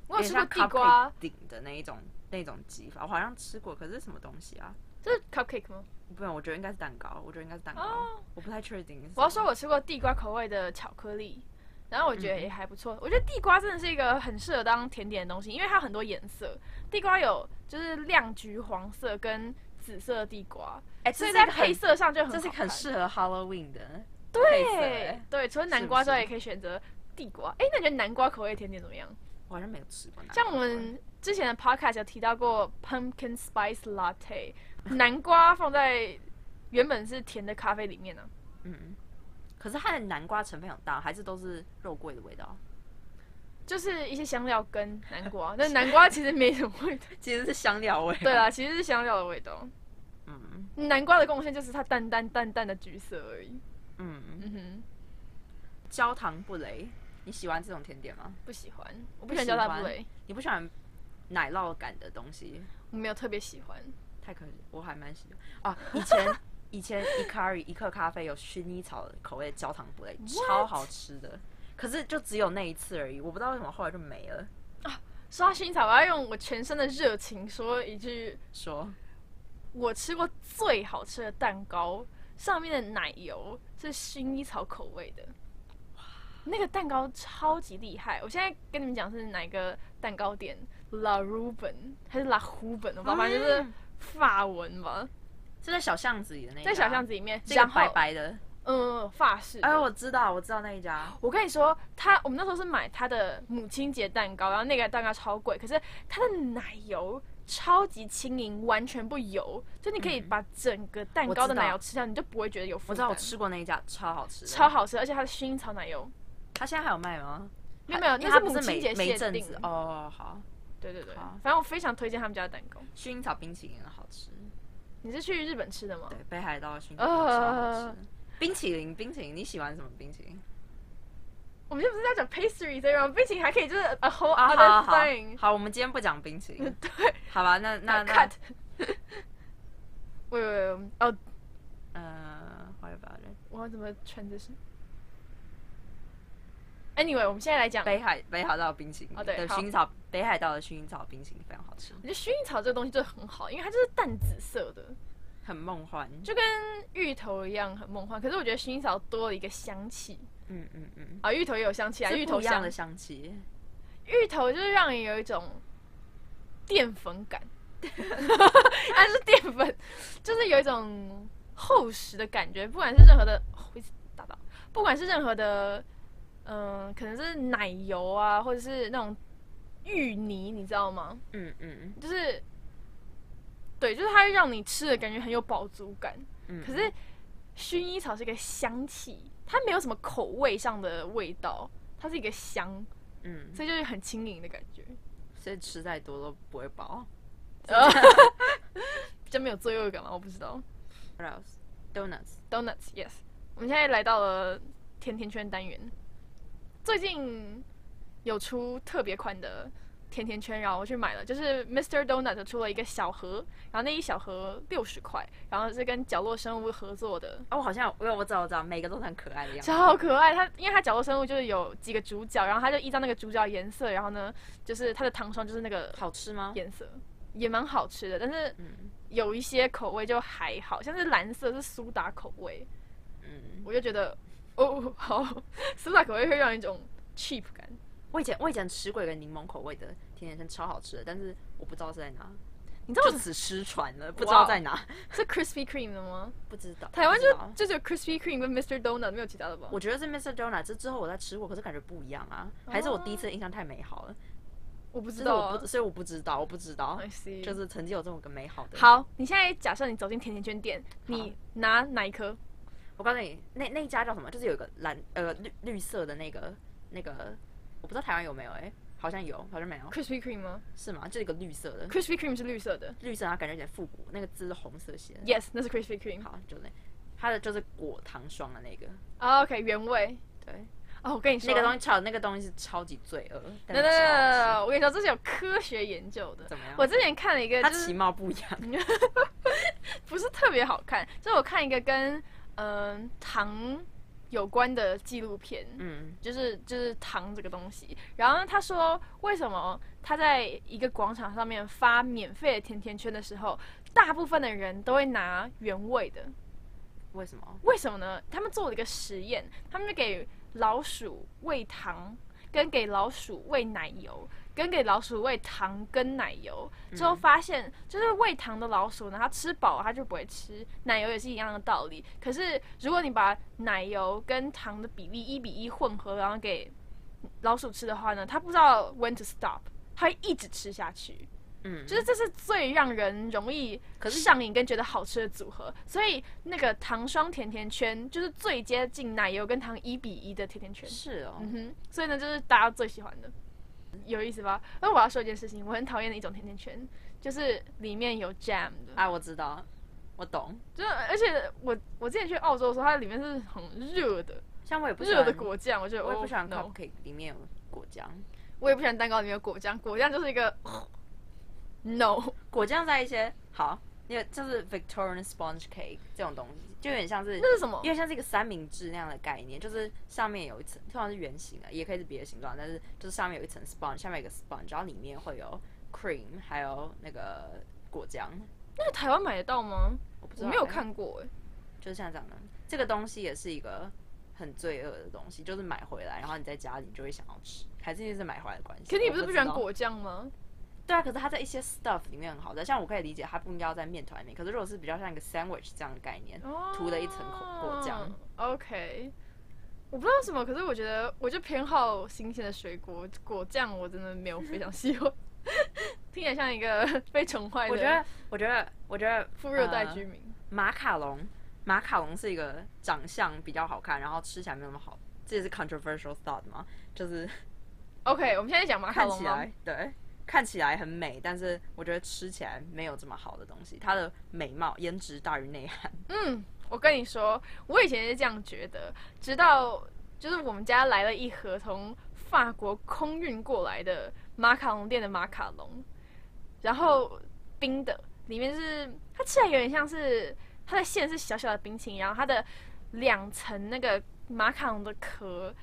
S1: 我有吃过
S2: 像
S1: 地瓜，
S2: 顶的那一种那种挤法，我好像吃过，可是是什么东西啊？
S1: 这是 cupcake 吗？
S2: 不然我觉得应该是蛋糕，我觉得应该是蛋糕，
S1: 哦
S2: 我不太确定是什么。
S1: 我要说我吃过地瓜口味的巧克力，然后我觉得也还不错。我觉得地瓜真的是一个很适合当甜点的东西，因为它有很多颜色。地瓜有就是亮橘黄色跟紫色的地瓜，
S2: 哎、这
S1: 所以
S2: 是
S1: 在
S2: 一个
S1: 配
S2: 很，
S1: 色上就很
S2: 这是一
S1: 好
S2: 个很
S1: 看
S2: 适合 Halloween 的配色、
S1: 对
S2: 哎
S1: 对，除了
S2: 是
S1: 南
S2: 不
S1: 瓜之外，
S2: 是
S1: 也可以选择地瓜。哎、那你觉得南瓜口味甜点怎么样？
S2: 我好像没有吃过那个。
S1: 像我们之前的 podcast 有提到过 pumpkin spice latte，南瓜放在原本是甜的咖啡里面呢、
S2: 嗯，可可是它的南瓜成分很大，还是都是肉桂的味道？
S1: 就是一些香料跟南 瓜，但南瓜其实没什么味道。
S2: 其实是香料味。
S1: 对，啦，其实是香料的味道。
S2: 嗯
S1: 南瓜的贡献就是它淡淡淡淡的橘色而已。
S2: 嗯，
S1: 嗯哼，
S2: 焦糖布雷，你喜欢这种甜点吗？
S1: 不喜欢，我不喜欢叫它布雷，
S2: 你不喜欢奶酪感的东西，
S1: 我没有特别喜欢。
S2: 太可惜，我还蛮喜欢啊。以前 以前 Ikari 一克咖啡有薰衣草口味的焦糖布雷，超好吃的。可是就只有那一次而已，我不知道为什么后来就没了。
S1: 说到薰衣草，我要用我全身的热情说一句：
S2: 说
S1: 我吃过最好吃的蛋糕，上面的奶油是薰衣草口味的。那个蛋糕超级厉害！我现在跟你们讲是哪个蛋糕店，La Ruben 还是 La Ruben，我不知道反正
S2: 嗯
S1: 就是法文吧，
S2: 是在小巷子里的那一家，
S1: 在小巷子里面，
S2: 这个
S1: 然后
S2: 白白的。
S1: 嗯，法式的。
S2: 哎，我知道，我知道那一家。
S1: 我跟你说，他我们那时候是买他的母亲节蛋糕，然后那个蛋糕超贵，可是它的奶油超级轻盈，完全不油，就你可以
S2: 嗯
S1: 把整个蛋糕的奶油吃掉，你就不会觉得有负
S2: 我知
S1: 担。
S2: 道我吃过那一家，超好吃的，
S1: 超。好吃，而且它的薰衣草奶油
S2: 他现在还有卖吗？
S1: 没有没有，
S2: 因为
S1: 那
S2: 它
S1: 是
S2: 不
S1: 母
S2: 是
S1: 亲
S2: 每
S1: 节
S2: 每
S1: 限
S2: 阵
S1: 定
S2: 子。哦，好，
S1: 对对对，
S2: 好
S1: 反正我非常推荐他们家的蛋糕。
S2: 薰衣草冰淇淋很好吃，
S1: 你是去日本吃的吗？
S2: 对，北海道的薰衣草冰淇淋超好
S1: 呃
S2: 吃。冰淇淋，冰淇淋，你喜欢什么冰淇淋？
S1: 我们就不是在讲 pastry 这种，冰淇淋还可以就是 a whole
S2: 啊，好
S1: other
S2: 好
S1: thing。
S2: 好，我们今天不讲冰 淇淋，对，好吧，那那那
S1: cut，。喂喂喂，哦，
S2: 呃，what about it？
S1: 我要怎么 transition？Anyway，我们现在来讲，我
S2: 北海北海道冰淇淋，
S1: 哦对好
S2: 薰衣草北海道的薰衣草冰淇淋非常好吃，
S1: 觉得薰衣草这个东西就很好，因为它就是淡紫色的，
S2: 很梦幻，
S1: 就跟芋头一样很梦幻。可是我觉得薰衣草多了一个香气
S2: 嗯嗯嗯，
S1: 啊，芋头也有香气啊，
S2: 是
S1: 芋
S2: 不
S1: 头
S2: 一样
S1: 香
S2: 的，香气，
S1: 芋头就是让人有一种淀粉感，它是淀粉，就是有一种厚实的感觉，不管是任何的，哦、我一直打到，不管是任何的，嗯、可能是奶油啊，或者是那种芋泥，你知道吗？
S2: 嗯嗯
S1: 就是，对，就是它会让你吃的感觉很有饱足感。
S2: 嗯，
S1: 可是薰衣草是一个香气，它没有什么口味上的味道，它是一个香，
S2: 嗯，
S1: 所以就是很轻盈的感觉，
S2: 所以吃再多都不会饱。
S1: 比较没有罪恶感嘛，我不知道。
S2: What else? Donuts
S1: Donuts, yes。我们现在来到了甜甜圈单元，最近有出特别款的甜甜圈，然后我去买了，就是 Mr. Donut 出了一个小盒，然后那一小盒六十块，然后是跟角落生物合作的，
S2: 哦，我好像我我知道我知道，每个都是很可爱的样子。
S1: 超可爱。它因为它角落生物就是有几个主角，然后它就依照那个主角的颜色，然后呢，就是它的糖霜就是那个
S2: 好吃吗？
S1: 颜色，也蛮好吃的。但是
S2: 嗯
S1: 有一些口味就还好，像是蓝色是苏打口味，
S2: 嗯，
S1: 我就觉得哦好，苏打口味会让人一种 cheap 感。
S2: 我以前我以前吃过一个柠檬口味的甜甜圈，超好吃的，但是我不知道是在哪，
S1: 你知道
S2: 就此失传了，不知道在哪，
S1: 是 Krispy Kreme 的吗？
S2: 不知道。
S1: 台湾
S2: 不知道
S1: 就就只有 Krispy Kreme 跟 Mr. Donut 没有其他的吧？
S2: 我觉得是 Mr. Donut，这之后我再吃过，可是感觉不一样啊，还是我第一次印象太美好了，
S1: 我不哦
S2: 就
S1: 知
S2: 是
S1: 道
S2: 我
S1: 啊
S2: 不，。所以我不知道，我不知道
S1: I，see
S2: 就是曾经有这么个美好的。，
S1: 好，你现在假设你走进甜甜圈店，你拿哪一颗？
S2: 我告诉你，那那一家叫什么？就是有一个蓝呃绿绿色的那个那个，我不知道台湾有没有哎、好像有，好像没有，
S1: Krispy Kreme 吗
S2: 是吗？就一个绿色的，
S1: ？Krispy Kreme 是绿色的
S2: 绿色，然后感觉有点复古，那个字是红色写的。
S1: ，Yes，那是 Krispy Kreme。
S2: 好，就那，它的就是果糖霜的那个，
S1: 啊 OK，原味。
S2: 对，
S1: 哦，我跟你说，
S2: 那个东西超，那个东西是超级罪恶，但
S1: 等等等
S2: 是
S1: 等
S2: 超好
S1: 等，我跟你说，这是有科学研究的。
S2: 怎么样
S1: 我之前看了一个，
S2: 吃它
S1: 就是
S2: 其貌不扬，
S1: 不是特别好看，就是我看一个跟嗯、糖有关的纪录片，
S2: 嗯，
S1: 就是就是糖这个东西。然后呢他说，为什么他在一个广场上面发免费的甜甜圈的时候，大部分的人都会拿原味的？
S2: 为什么？
S1: 为什么呢？他们做了一个实验，他们就给老鼠喂糖，跟给老鼠喂奶油，跟给老鼠喂糖跟奶油，之后发现就是喂糖的老鼠呢，它吃饱了它就不会吃，奶油也是一样的道理。可是如果你把奶油跟糖的比例一比一混合，然后给老鼠吃的话呢，它不知道 when to stop，它会一直吃下去。
S2: 嗯，
S1: 就是这是最让人容易
S2: 可是
S1: 上瘾跟觉得好吃的组合，所以那个糖霜甜甜圈就是最接近奶油跟糖一比一的甜甜圈。
S2: 是哦，
S1: 嗯哼，所以呢，就是大家最喜欢的，有意思吧？那我要说一件事情，我很讨厌的一种甜甜圈，就是里面有 jam 的，
S2: 啊，我知道，我懂。
S1: 就是而且我我之前去澳洲的时候，它里面是很热的，
S2: 像我也不喜
S1: 热
S2: 欢
S1: 的果酱，我觉得
S2: 我也不喜欢
S1: oh, no
S2: cupcake 里面有果酱，
S1: 我也不喜欢蛋糕里面有果酱，果酱就是一个 no，
S2: 果酱在一些好，那个就是 Victorian sponge cake 这种东西，就有点像是
S1: 那是什么
S2: 有？点像是一个三明治那样的概念，就是上面有一层，通常是圆形的，也可以是别的形状，但是就是上面有一层 sponge，下面有一个 sponge，然后里面会有 cream，还有那个果酱。
S1: 那个台湾买得到吗？
S2: 我不知
S1: 我
S2: 道，欸
S1: 没有，看过哎、
S2: 就是像这样的，这个东西也是一个很罪恶的东西，就是买回来，然后你在家里你就会想要吃，还是因为是买回来的关系。
S1: 可是你不
S2: 我不
S1: 是不喜
S2: 知
S1: 欢
S2: 道
S1: 果酱吗？
S2: 对啊，可是它在一些 stuff 里面很好的，像我可以理解它不应该要在面团里面，可是如果是比较像一个 sandwich 这样的概念，涂了一层果果酱，
S1: 哦。OK，我不知道为什么，可是我觉得我就偏好新鲜的水果，果酱我真的没有非常喜欢， 听起来像一个 被宠坏的
S2: 我觉得，我觉得，我觉得
S1: 富热带
S2: 呃
S1: 居民。
S2: 马卡龙，马卡龙是一个长相比较好看，然后吃起来没有那么好，这也是 controversial thought 嘛，就是
S1: OK，我们现在讲马卡
S2: 看
S1: 龙
S2: 起
S1: 吗？
S2: 来对。看起来很美，但是我觉得吃起来没有这么好的东西。它的美貌颜值大于内涵，
S1: 嗯，我跟你说，我以前也是这样觉得，直到就是我们家来了一盒从法国空运过来的马卡龙店的马卡龙，然后冰的，里面是它吃起来有点像是它的馅是小小的冰淇淋，然后它的两层那个马卡龙的壳。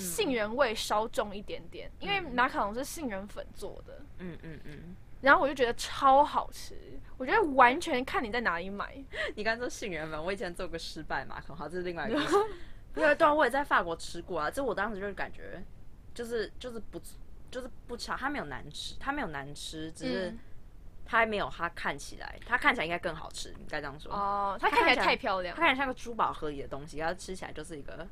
S1: 杏仁味稍重一点点，因为马卡龙是杏仁粉做的，
S2: 嗯嗯嗯。
S1: 然后我就觉得超好吃，我觉得完全看你在哪里买。
S2: 你刚才说杏仁粉，我以前做过失败马克，好，这是另外一个 故事。因为对啊，我也在法国吃过啊，这我当时就是感觉，就是就是不就是不差，它没有难吃，它没有难吃，只是
S1: 嗯
S2: 它没有它看起来，它看起来应该更好吃，应该这样说。
S1: 哦，它
S2: 它
S1: 看起来
S2: 看起来
S1: 太漂亮
S2: 它，看起来像个珠宝盒里的东西，它吃起来就是一个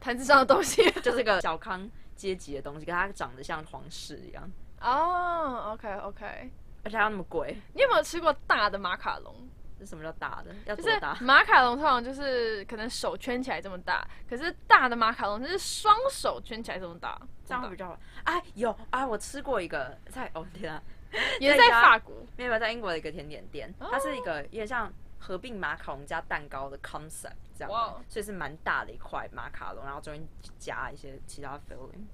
S1: 盘子上的东西。
S2: 就是一个小康阶级的东西，可它长得像皇室一样，
S1: 哦，OK，OK、o k OK，
S2: 而且它那么贵，
S1: 你有没有吃过大的马卡龙？
S2: 这什么叫大的？要
S1: 就
S2: 多
S1: 是
S2: 大？
S1: 马卡龙通常就是可能手圈起来这么大，可是大的马卡龙就是双手圈起来这么大，
S2: 这样
S1: 么
S2: 比较 哎、有哎，我吃过一个在哦天啊，
S1: 大也
S2: 在
S1: 在
S2: 家
S1: 法国。
S2: 没有，在英国的一个甜点店，它是一个有点像合并马卡龙加蛋糕的 concept 这样
S1: 哇哦
S2: 的，所以是蛮大的一块马卡龙，然后中间加一些其他 filling。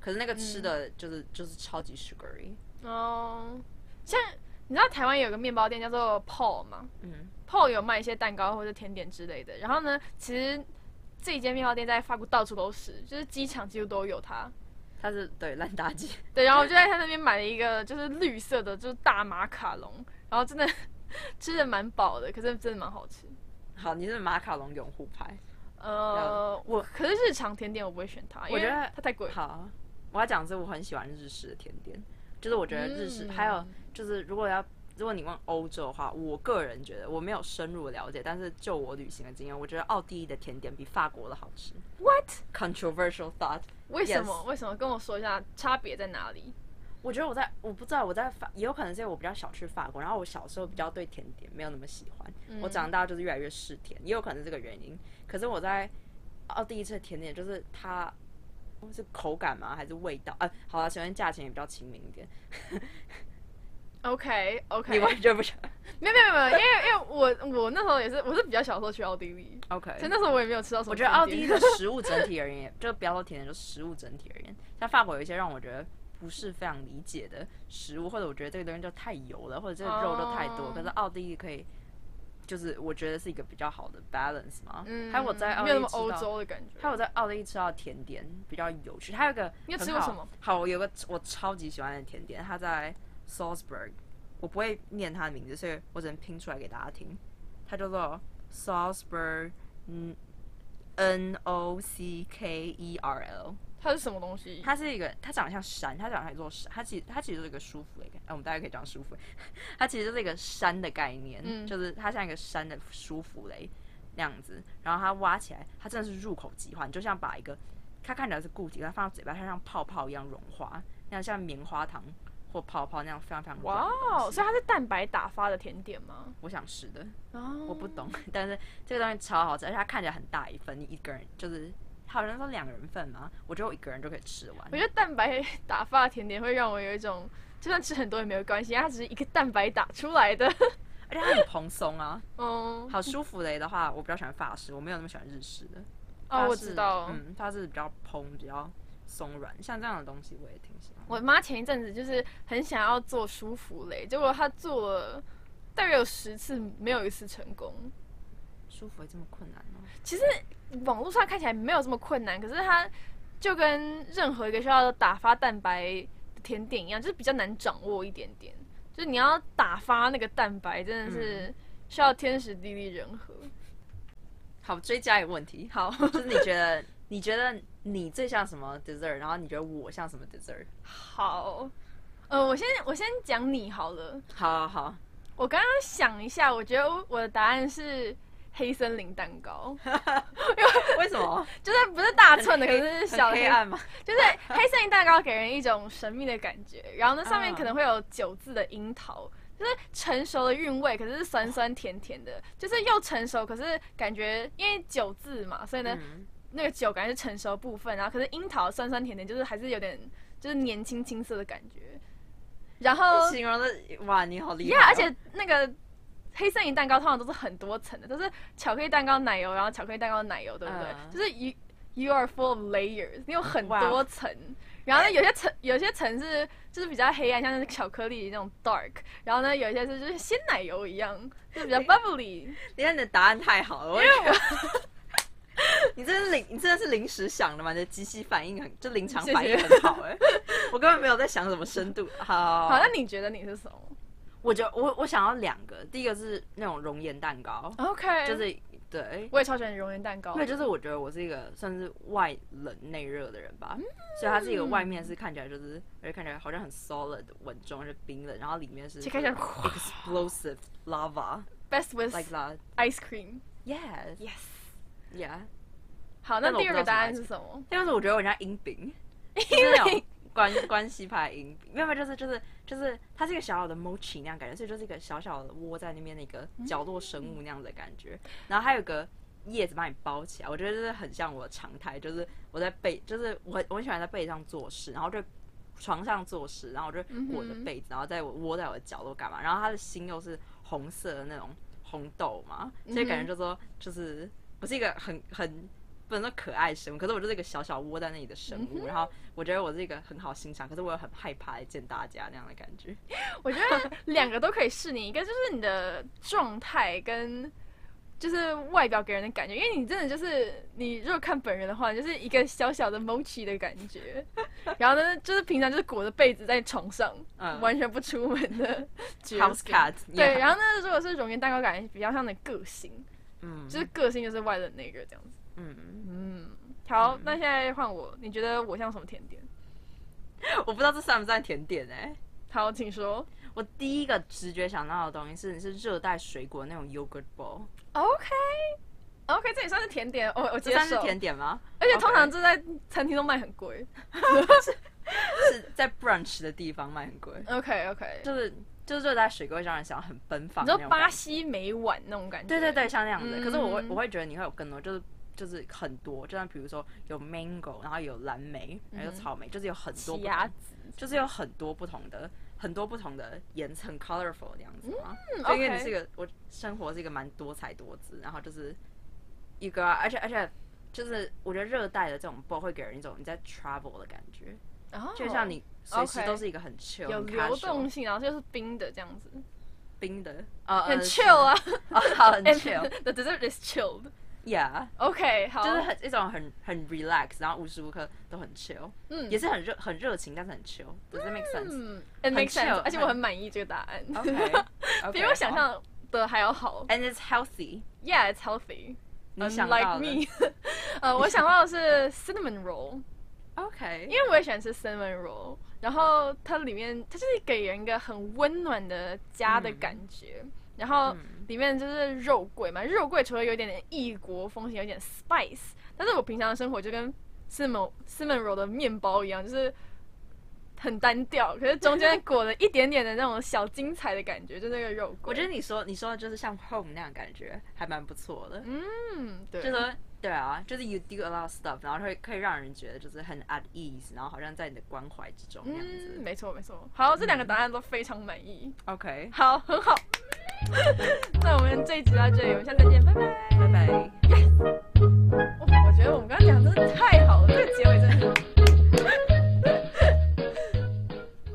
S2: 可是那个吃的就是、就是超级 sugary，
S1: 哦、像你知道台湾有个面包店叫做 Paul 吗
S2: 嗯，
S1: ？Paul 有卖一些蛋糕或者甜点之类的。然后呢，其实这一间面包店在法国到处都是，就是机场几乎都有它。
S2: 它是对烂大街，
S1: 对，然后我就在他那边买了一个就是绿色的，就是大马卡龙，然后真的 吃的蛮饱的，可是真的蛮好吃。
S2: 好，你是马卡龙拥护派，
S1: 呃
S2: 了，
S1: 我可是日常甜点我不会选它，因为
S2: 我觉得
S1: 它太贵了。
S2: 好，我要讲的是我很喜欢日式的甜点，就是我觉得日式、
S1: 嗯
S2: 还有就是如果要如果你问欧洲的话，我个人觉得我没有深入了解，但是就我旅行的经验，我觉得奥地利的甜点比法国的好吃。
S1: What？
S2: Controversial thought，
S1: 为什
S2: Yes
S1: 么为什么？跟我说一下差别在哪里？
S2: 我觉得我在我不知道我在法，也有可能是因为我比较少去法国，然后我小时候比较对甜点没有那么喜欢，我长大就是越来越嗜甜，也有可能是这个原因。可是我在哦奥地利吃的甜点，就是它是口感吗？还是味道？啊，好了，首先价钱也比较亲民一点，
S1: OK
S2: 你
S1: OK，
S2: 完全不想
S1: 没有没有没有，因为因为我我那时候也是我是比较小时候去奥地利，
S2: OK。
S1: 所以那时候我也没有吃到什么
S2: 我
S1: 甜
S2: 觉得
S1: 点。
S2: 奥地利的食物整体 而言，就不要说甜点，就食物整体而言，像法国有一些让我觉得不是非常理解的食物，或者我觉得这个东西就太油了，或者这个肉就太多。
S1: 哦
S2: 可是奥地利可以，就是我觉得是一个比较好的 balance 嘛。
S1: 嗯，
S2: 还有我在奥
S1: 没
S2: 地
S1: 有那
S2: 利
S1: 么
S2: 吃
S1: 欧
S2: 到，
S1: 洲的感觉。
S2: 还有我在奥地利吃到的甜点比较有趣。它有一个
S1: 你有吃
S2: 很
S1: 过
S2: 好
S1: 什么？
S2: 好，我有个我超级喜欢的甜点，它在 Salzburg，我不会念它的名字，所以我只能拼出来给大家听。它叫做 Salzburg，嗯，N O C K E R L。
S1: 它是什么东西？
S2: 它是一个，它长得像山，它长得像一座山，它其实它其实就是一个舒服的一个，哎、我们大家可以讲舒服， 它其实就是一个山的概念，
S1: 嗯
S2: 就是它像一个山的舒服雷那样子，然后它挖起来，它真的是入口即化，你就像把一个它看起来是固体，它放到嘴巴，它像泡泡一样融化，那样像棉花糖或泡泡那样非常非常软
S1: 哇
S2: 的东西
S1: 哦，所以它是蛋白打发的甜点吗？
S2: 我想是的，
S1: 哦，
S2: 我不懂， 但是这个东西超好吃，而且它看起来很大一份，你一个人就是好像说两人份嘛，我觉得我一个人就可以吃完
S1: 我。觉得蛋白打发甜点会让我有一种，就算吃很多也没有关系，因为它只是一个蛋白打出来的。
S2: 而且它很蓬松啊，
S1: 嗯，
S2: 好舒服的的话，我比较喜欢法式，我没有那么喜欢日式的。
S1: 哦，
S2: 法
S1: 我
S2: 式
S1: 知道。
S2: 嗯，它是比较蓬，比较松软，像这样的东西我也挺喜欢。
S1: 我妈前一阵子就是很想要做舒芙蕾，结果她做了大约有十次，没有一次成功。
S2: 舒服会这么困难哦？
S1: 其实网络上看起来没有这么困难，可是它就跟任何一个需要打发蛋白的甜点一样，就是比较难掌握一点点。就是你要打发那个蛋白，真的是需要天时地利人和。
S2: 好，追加一个问题，
S1: 好，
S2: 就是你觉得你觉得你最像什么 dessert，然后你觉得我像什么 dessert？
S1: 好，呃，我先我先讲你好了。
S2: 好好好，
S1: 我刚刚想一下，我觉得我的答案是黑森林蛋 糕，
S2: 为什 么？
S1: 就是不是大寸的，可
S2: 黑
S1: 是小
S2: 很黑
S1: 黑
S2: 暗吗？
S1: 就是黑森林蛋糕给人一种神秘的感觉，然后呢上面可能会有九字的樱桃，就是成熟的韵味，可是是酸酸甜甜的，就是又成熟，可是感觉因为九字嘛，所以呢、
S2: 嗯
S1: 那个酒感觉是成熟部分，然后可是樱桃酸酸甜甜，就是还是有点就是年轻青涩的感觉，然后
S2: 形容的哇，你好厉害、啊
S1: 呀，而且那个黑森林蛋糕通常都是很多层的，都是巧克力蛋糕奶油，然后巧克力蛋糕奶油，对不对？
S2: 嗯
S1: 就是 you you are full of layers，你有很
S2: 哇
S1: 多层。然后呢，有些层有些层是就是比较黑暗，像是巧克力那种 dark。然后呢，有一些是就是鲜奶油一样，就是比较 bubbly。
S2: 你看你的答案太好了，我因为我。 你真是临，你真的是临时想的吗？你的即兴反应很，就临场反应很好 哎、我根本没有在想什么深度。好，
S1: 好，那你觉得你是什么
S2: 我觉得我我想要两个，第一个是那种熔岩蛋糕，
S1: ？OK，
S2: 就是对，
S1: 我也超喜欢熔岩蛋糕。
S2: 对，就是我觉得我是一个算是外冷内热的人吧，所以它是一个外面是看起来就是，而且看起来好像很 solid 稳重，是冰冷，然后里面是
S1: 就看起来
S2: explosive lava
S1: best with
S2: like that。
S1: ice cream。
S2: Yes,
S1: Yes。
S2: yeah。
S1: 好，那
S2: 但是我
S1: 第二个
S2: 不知道
S1: 答案
S2: 什
S1: 是
S2: 么
S1: 什么？
S2: 第二个是我觉得我人家阴饼，就是那种关关系派阴饼，没有没有，就是就是就是它是一个小小的 mochi 那样感觉，所以就是一个小小的窝在那边的一个角落生物那样子的感觉，然后还有个。叶子把你包起来，我觉得就是很像我的常态，就是我在背，就是我很我很喜欢在背上做事，然后就床上做事，然后我就裹着被子，然后在我窝在我的角落干嘛，然后它的心又是红色的那种红豆嘛，
S1: 嗯
S2: 所以感觉就说就是我是一个很很不能说可爱生物，可是我就是一个小小窝在那里的生
S1: 嗯
S2: 物，然后我觉得我是一个很好欣赏，可是我又很害怕来见大家那样的感觉。
S1: 我觉得两个都可以试你，一个就是你的状态跟就是外表给人的感觉，因为你真的就是你如果看本人的话，就是一个小小的 mochi 的感觉，然后呢就是平常就是裹着被子在床上，
S2: 嗯
S1: 完全不出门 的角色
S2: House cat，
S1: 对，
S2: 后
S1: 然后呢如果是熔岩蛋糕，感觉比较像你的个性，
S2: 嗯
S1: 就是个性就是外冷内热这样子。
S2: 嗯，
S1: 嗯，好，那现在换我，你觉得我像什么甜点？
S2: 我不知道这算不算甜点哎、
S1: 好，请说。
S2: 我第一个直觉想到的东西是是热带水果那种 yogurt ball，
S1: OK。OK，这也算是甜点，我我
S2: 这
S1: 接
S2: 算是
S1: 受。
S2: 甜点吗？
S1: 而且通
S2: OK
S1: 常这在餐厅都卖很贵。
S2: 是在 brunch 的地方卖很贵，
S1: OK OK，
S2: 就是就是热带水果会让人想到很奔放
S1: 你
S2: 的那
S1: 说
S2: 种感觉。
S1: 巴西每晚那种感觉？
S2: 对对对，像那样子。
S1: 嗯
S2: 可是我会我会觉得你会有更多，就是就是很多，就像比如说有 mango，然后有蓝莓，还有草莓，就是有很多
S1: 嗯奇
S2: 不
S1: 亚
S2: 同，
S1: 籽。
S2: 就是有很多不同的很多不同的颜色，很 colorful 这样子嘛。
S1: 嗯
S2: 就因为你
S1: OK
S2: 是一个我生活是一个蛮多彩多姿，然后就是一个啊，而且而且就是我觉得热带的这种 b 会给人一种你在 travel 的感觉，
S1: 哦
S2: 就像你随时
S1: OK
S2: 都是一个很 chill
S1: 有
S2: 很
S1: 流
S2: casual，
S1: 动性，然后就是冰的这样子，
S2: 冰的，呃
S1: 很
S2: 呃
S1: chill 啊。
S2: 哦 好很 chill，yeah。
S1: The dessert is chilled. OK，好，
S2: 就是很一种很很 relax，然后无时无刻都很 chill，
S1: 嗯
S2: 也是很热很热情，但是很 chill。Does that make sense？
S1: 嗯，it makes sense，
S2: chill，
S1: 而且
S2: 很
S1: 我很满意这个答案
S2: OK，
S1: 比我想。象的还要好。
S2: And it's healthy。
S1: Yeah, it's healthy.
S2: 你想到
S1: Unlike
S2: 的
S1: me，呃， 我想到的是 cinnamon roll。
S2: OK，
S1: 因为我也喜欢吃 cinnamon roll，然后它里面它就是给人一个很温暖的家
S2: 嗯
S1: 的感觉，然后里面就是肉桂嘛，肉桂除了有一点点异国风情，有点 spice，但是我平常的生活就跟 cinnamon cinnamon roll 的面包一样，就是很单调，可是中 间裹了一点点的那种小精彩的感觉，就那个肉桂。
S2: 我觉得你说你说的就是像 home 那样的感觉，还蛮不错的。
S1: 嗯，对，
S2: 就是说对啊，就是 you do a lot of stuff，然后会可以让人觉得就是很 at ease，然后好像在你的关怀之中那样子。
S1: 嗯，没错没错。好，这两
S2: 嗯
S1: 个答案都非常满意。
S4: OK，
S1: 好，很好。 那我们这一集到这里，我们下次再见，拜拜。
S4: 拜拜。